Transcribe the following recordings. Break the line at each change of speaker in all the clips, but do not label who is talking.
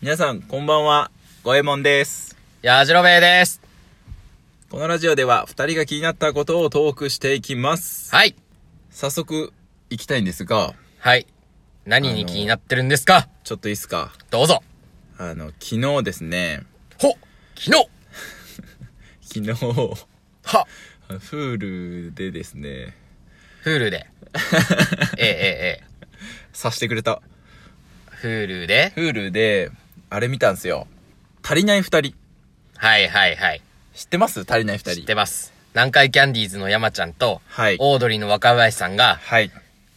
皆さん、こんばんは。ごえもんです。
やじろべえです。
このラジオでは、二人が気になったことをトークしていきます。
はい。
早速、行きたいんですが、
はい。何に気になってるんですか
ちょっといいっすか。
どうぞ。
あの、昨日ですね、
ほ昨日
昨日、
は
あのフールでですね、
フールで。えええええ
さしてくれた。
え。フールで。
フールで、あれ見たんですよ。足りない二人。
はいはいはい。
知ってます足りない二
知っ
人。
てます。南海キャンディーズの山ちゃんと、
はい
オードリーの若林さんが
はい。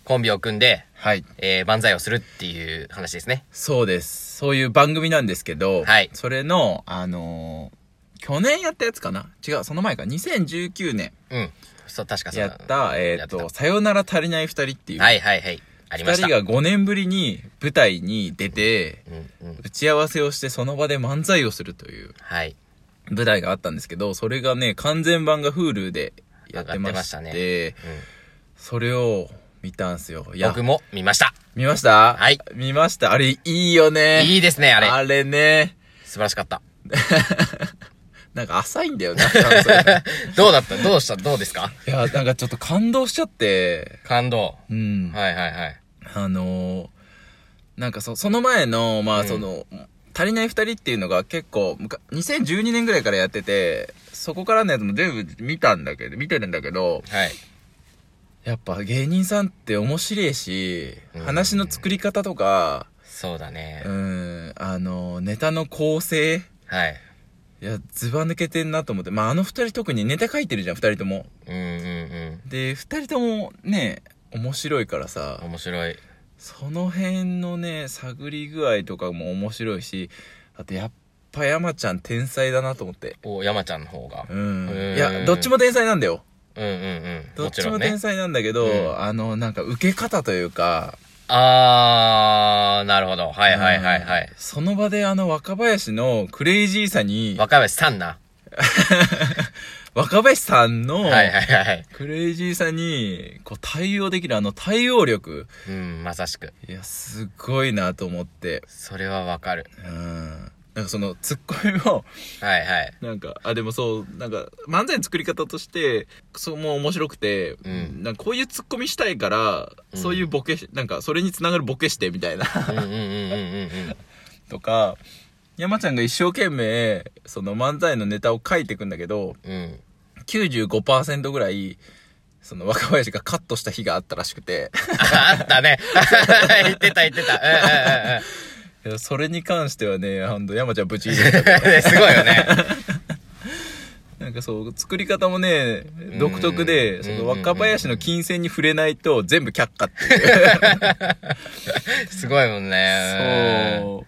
コンビを組んで、
はい。
えー、万歳をするっていう話ですね。
そうです。そういう番組なんですけど、
はい
それの、あのー去年やったやつかな違う、その前か。2019年
うん。そう、確かそう
や
だ
った、えーっ
や
と、
って
さよなら足りない二人っていう。
たはいはいはい。ありま
二
した。
人が5年ぶりに舞台に出て、
うんうん。
打ち合わせをしてその場で漫才をするという
はい。
舞台があったんですけど、それがね、完全版が Hulu でやってまして、
上がって
それを見たんすよ。いや
僕、も見ました。
見ました
はい
見ました。あれ、いいよね。
いいですね、あれ。
あれね。
素晴らしかった。
なんか浅いんだ よな、感想が
どうだったどうしたどうですか
いや、なんかちょっと感動しちゃって、
感動。
うん。
はいはいはい。
あのーなんかそその前の、まあその、足りない二人っていうのが結構、むか2012年ぐらいからやってて、そこからのやつも全部見たんだけど、見てるんだけど、
はい。
やっぱ芸人さんって面白いし
う、ん
話の作り方とか、
そうだね
う。ん、あのーネタの構成、
はい。
いや、ズバ抜けてんなと思って。まあ、あの二人特にネタ書いてるじゃん、二人とも。
うんうん
で、二人ともね、面白いからさ
うん。、面白い。
その辺のね、探り具合とかも面白いし、あとやっぱ山ちゃん天才だなと思って。
お、山ちゃんの方が。
う
うんー。ん
いや、どっちも天才なんだよ。
んうんうん。
どっ
もち
ち
ろ
も
んね
天。才なんだけど、
うん
あの、なんか受け方というか、
あー、なるほど。はいはいはいは
う
い
ん。その場であの若林のクレイジーさに、
若林さんな。
若林さんの、
はいはいはいはい。
クレイジーさに、こう対応できるあの対応力。
うん、まさしく。
いや、すごいなと思って。
それはわかる。
うん。なんかその、ツッコミも、
はいはい。
なんか、あ、でもそう、なんか、漫才の作り方として、そう、もう面白くて、
うん
なんかこういうツッコミしたいから、
うん
そういうボケし、なんか、それにつながるボケして、みたいな、
うんうんうんうんうん
とか、山ちゃんが一生懸命、その漫才のネタを書いていくんだけど、
うん。うん。
95%ぐらい、その若林がカットした日があったらしくて、
ああったね。 言ってた言ってた。うんうんうんうん。
いやそれに関してはね、ほんと山ちゃんぶち入 れてた
すごいよね。
なんかそう、作り方もね、独特で、
うん
その若林の金銭に触れないと全部却下っていう。
すごいもんね。
そう。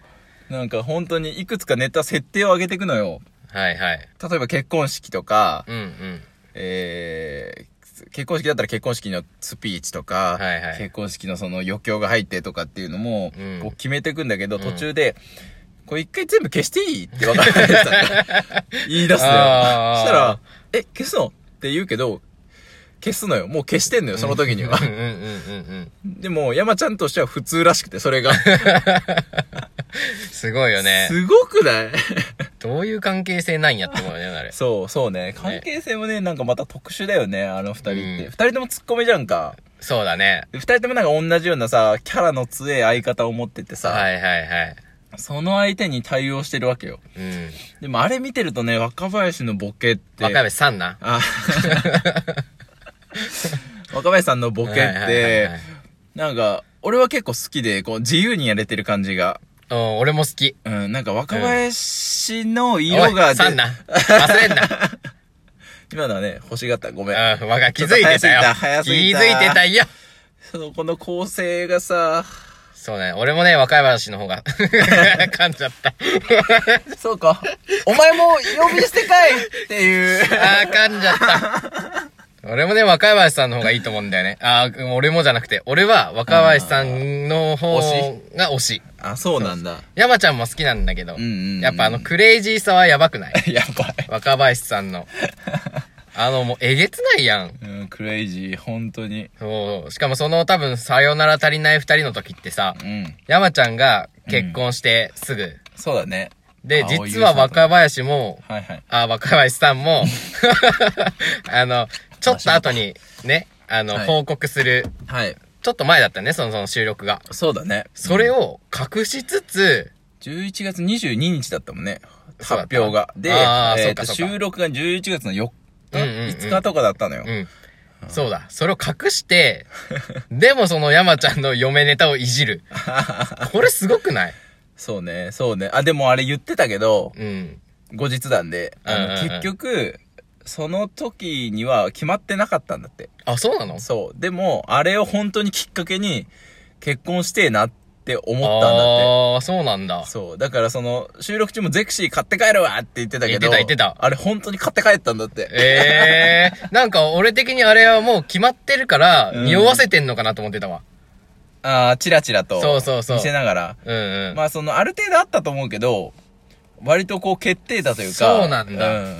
なんか本当にいくつかネタ設定を上げていくのよ。
う。はいはい。
例えば結婚式とか、
うんうん。
えー、結婚式だったら結婚式のスピーチとか、
はいはい
結婚式のその余興が入ってとかっていうのも、
うん
こう決めていくんだけど、
ん
途中で、これ一回全部消していいって分からない やつだね言い出すのよ。
あー
そしたら、え、消すのって言うけど、消すのよ。もう消してんのよ、その時には
う。んうんうんうん
でも、山ちゃんとしては普通らしくて、それが。
うん。すごいよね。
すごくない
どういう関係性なんやって思うよね、あれ。
そう、そうね。関係性もね、なんかまた特殊だよね、あの二人って。二、
うん
人ともツッコミじゃんか。
そうだね。
で二人ともなんか同じようなさ、キャラの強い相方を持っててさ、
はいはいはい。
その相手に対応してるわけよ。
うん。
でもあれ見てるとね、若林のボケって、
若林さんな。
あ若林さんのボケっ
はいはいはい
て
はい、
なんか、俺は結構好きで、こう、自由にやれてる感じが。
うん、俺も好き。
うん、なんか若林の色が
お
出
いさんな。忘れんな。
今のはね、欲しがった。 ごめん。
うん、わが気づいてたよ。
早すぎた
気づい
早すぎた
てたよ。
その、この構成がさ、
そうね。俺もね、若林の方が、 噛んじゃった。
そうか。お前も呼び捨てかいっていう。
あー、噛んじゃった。俺もね、若林さんの方がいいと思うんだよね。あー、俺もじゃなくて、俺は若林さんの方が推し。
あ、そうなんだ。
山ちゃんも好きなんだけ
ん
ど、
うんうん
やっぱあのクレイジーさはやばくない
やばい。
若林さ んの。あの、もうえげつないやん。
うん、クレイジー、本当に。
そう。しかもその多分、さよなら足りない二人の時ってさ、
うん。
山ちゃんが結婚してすぐ、
そうだね。
で
あ、
実は若林も、
はいはい。
あ、若林さ んも、あの、ちょっと後にね、あの、
はい
報告する、
はい。
ちょっと前だったね、そのその収録が。
そうだね。
それを隠しつつ、
11月22日だったもんね。
そ
発
うだった
表が。で、
あー
えっ、と、
そうかそうか
収録が11月の4日、
うんうんうん
5日とかだったのよ。
うん。そうだ。それを 隠して、でもその山ちゃんの嫁ネタをいじる。これすごくない
そうね、そうね。あ、でもあれ言ってたけど、
うん。
後日談で。あの
うんうんう
結
ん
局、その時には決まってなかったんだって。
あ、そうなの
そう。でも、あれを本当にきっかけに、結婚してえなって思ったんだって。
ああ、そうなんだ。
そう。だからその、収録中もゼクシー買って帰るわって言ってたけど。
言ってた言ってた
あれ本当に買って帰ったんだって。
ええー。なんか俺的にあれはもう決まってるから、
うん
匂わせてんのかなと思ってたわ。
ああ、チラチラと。
そうそうそう
見せながら。
うんうん。
まあその、ある程度あったと思うけど、割とこう決定だというか。
そうなんだ
うん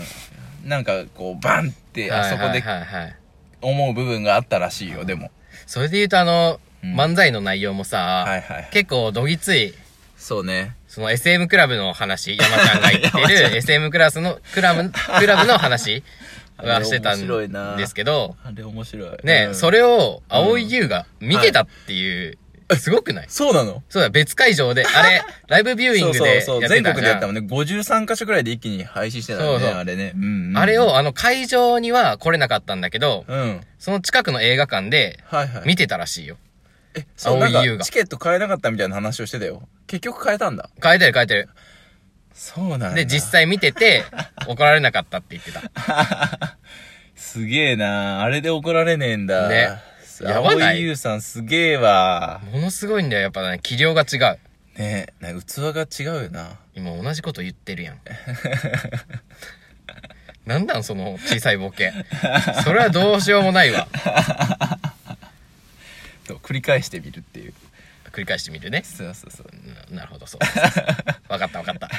なんかこう、バンって、あそこで
はいはいはいはい。
思う部分があったらしいよ、でも。
それで言うとあの、
うん
漫才の内容もさ、
はいはい。
結構どぎつい、
そうね。
その SM クラブの話、山ちゃんが 言ってる SM クラスの、クラブ、クラブの話がしてた
あれ面白いなん
ですけど、
あれ面白い。
ね、
うん
そ。れを青井優が見てたっていう、すごくない
そうなの
そうだ、別会場で、あれ、ライブビューイン
そ
グ
う
で
そうそう。
やって
全
た
国
じ
でや
ゃ
ったも
ん。
んね。53カ所くらいで一気に廃止してたよね、
そうそう
あれね。うんうん、
あれ、を、あの、会場には来れなかったんだけど、
うん。はい
その近くの映画館で
はい。
見てたらしいよ。
え、そう、
青
ないんか
優が
チケット買えなかったみたいな話をしてたよ。結局買えたんだ。
変えてる変えてる。
そうなんだ。
で、実。際見て て、怒られなかったって言ってた。
すげえなあれで怒られねえんだ。
ね。やばない
青井優さんすげえわ。
ものすごいんだよ、やっぱね、気量が違う。
ねなんか器が違うよな。
今同じこと言ってるやん。 なんなんその小さいボケ。それはどうしようもないわ。
と繰り返してみるっていう。
繰り返してみるね。
そうそうそう。
ななるほど、そうそうそうそう。わかったわかった。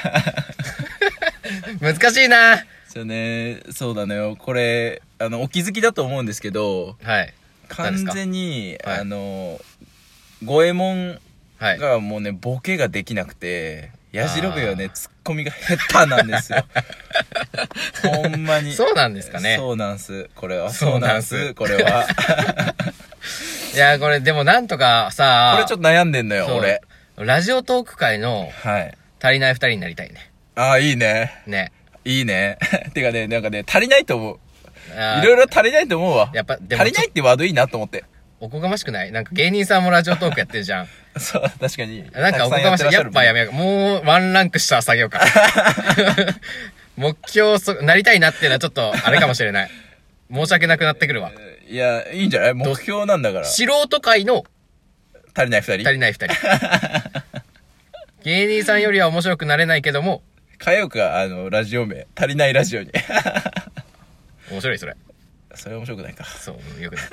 難しいな
そうね、そうだね。これ、あの、お気づきだと思うんですけど、
はい。何で
完
すか
全に、
はい
あの、五右衛門
はい。
がもうね、ボケができなくて、やじろべえはね、ツッコミが下手なん ですよ。ほんまに。
そうなんですかね。
そうなんす、これは。
そ
そうう
な
なんん
す
す、これ は。
いや、これでもなんとかさ、
これちょっと悩んでんのよ、
そう
俺。。
ラジオトーク界の
はい。
足りない二人になりたいね。
ああ、いいね。
ね。
いいね。 てかね、なんかね、足りないと思う。
あー
いろいろ足りないと思うわ。
やっぱ、でも
足りないってワードいいなと思って。
おこがましくないなんか芸人さんもラジオトークやってるじゃん。
そう、確かに。
なんかおこがましい。やっぱやめようか。もうワンランク下下げようか。目標そ、なりたいなっていうのはちょっとあれかもしれない。申し訳なくなってくるわ。
いや、いいんじゃない目標なんだから。足
素人界の
りない二
足
人。
りない二人。芸人さんよりは面白くなれないけども、
変えようか、あの、ラジオ名。足りないラジオに。
面白いそれ。
それ面白くないか。
そう、うんよくない。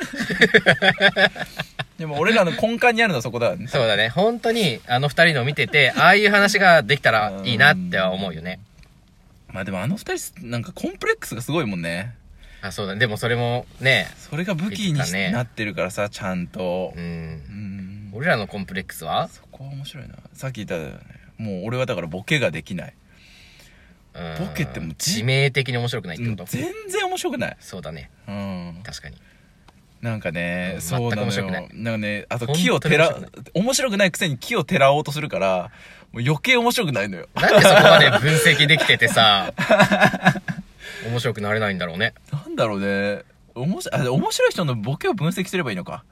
でも俺らの根幹にあるのはそこだからね。
そうだね。本当にあの二人の見てて、ああいう話ができたらいいなっては思うよね。
まあでもあの二人、なんかコンプレックスがすごいもんね。
あ、そうだね。でもそれもね、
それが武器に
言っ
な,、
てたね
ってるからさ、ちゃんと
う。。
うんん。
俺らのコンプレックスは
そこは面白いな。さっき言ったよね。もう俺はだからボケができない。
うん
ボケてもじ
致命的に面白くないって
うん
こと
全然面白くない。
そうだね。
うん。
確かに。
なんかね、
うん
そうなの
全く面白くない
よ。なんかね、あと
本当に
木をてら
面白、
面白くないくせに木をてらおうとするから、もう余計面白くないのよ。
なんでそこまで分析できててさ、面白くなれないんだろうね。
なんだろうね。面白い、あ、面白い人のボケを分析すればいいのか。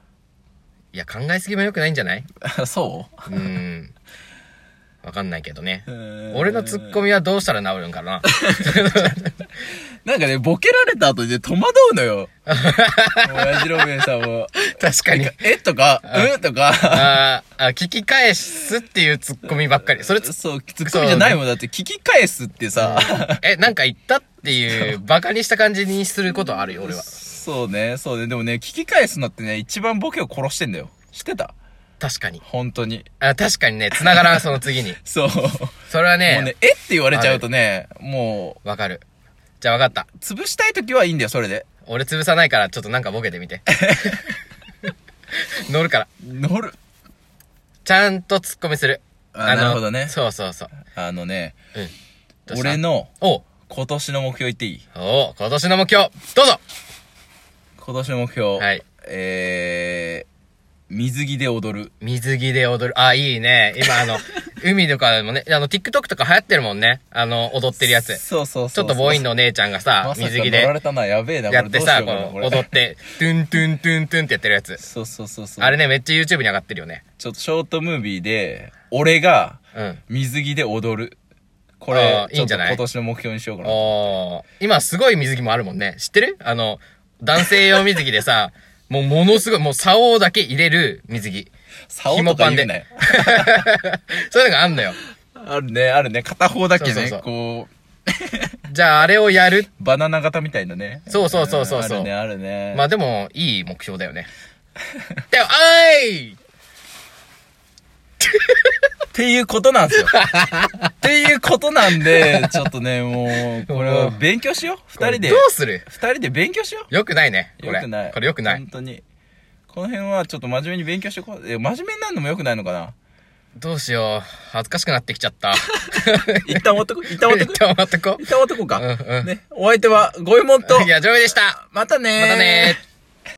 いや、考えすぎも良くないんじゃない
あそう
ーん。わかんないけどね
う。俺
俺のツッコミはどうしたら治るんかな。
なんかね、ボケられた後で戸惑うの よ。親父ロベさんも。
確かに。
えとか、うんとか。
あーあ、聞き返すっていうツッコミばっかり。それつ、
そう、ツッコミじゃないもんだって、聞き返すってさ。
え、なんか言ったっていう、バカにした感じにすることあるよ、俺は。
そうね、そうね。でもね、聞き返すのってね、一番ボケを殺してんだよ。知ってた
確かに。
本当に。
あ確かにね、繋がらん、その次に。
そう。
それは
もう
ね
ね、、えって言われちゃうとね、も
わかる。じゃあわかった。
う、潰したいときはいいんだよ、それで。
俺潰さないから、ちょっとなんかボケてみて。 乗るから。
乗る。
ちゃんとツッコミする。
あなるほどね
そうそうそう。
あのね、
うん。どうした
俺。の
おう
今年の目標言っていい
おう今年の目標、どうぞ
今年の目標。
はい。
えー、水着で踊る。
水着で踊る。あ、いいね。今、あの、海とかでもね、あの、TikTok とか流行ってるもんね。あの、踊ってるやつ。
そうそう
ち
そうそ
ょ
う。
っとボーイン
の
のお姉ちゃんがさ、水着で
乗られたな、やべえな、
やってさ、こう、
う
踊って、トゥントゥントゥントゥンってやってるやつ。
そうそうそうそう。
あれね、めっちゃ YouTube に上がってるよね。
ちょっとショートムービーで、俺が
うん。
水着で踊る。こ
あ
れ、
ーいいんじゃない
ちょっと今年の目標にしようかな。
ああ、今すごい水着もあるもんね。知ってるあの、男性用水着でさ、 もうものすごい、もう竿だけ入れる水着。
竿とか言うなよ。
そういうのがあんのよ。
あるね、あるね。片方だけね、
そうそうそう
こう、
じゃああれをやる。
バナナ型みたいなね。
そうそうそうそうそ
あ
う
るね、あるね。
まあでも、いい目標だよね。でも、あい
っていうことなんですよ。っていうことなんで、ちょっとね、もう、これは勉強しよう。二人で
ど、うする
二人で勉強しよ
よくないね。
う。
こ
よ
れ。
くない。
これよくない
本。当に。この辺はちょっと真面目に勉強してこう。え真面目になるのもよくないのか な
どうしよう。恥ずかしくなってきち ゃった。
一旦終わっとく一旦終わっとく
一旦待っとこ
一旦終わっとこうか。
うんうん
ね。お相手は、ごいもんと
う。い、や、上位でした。
またねー
またねー。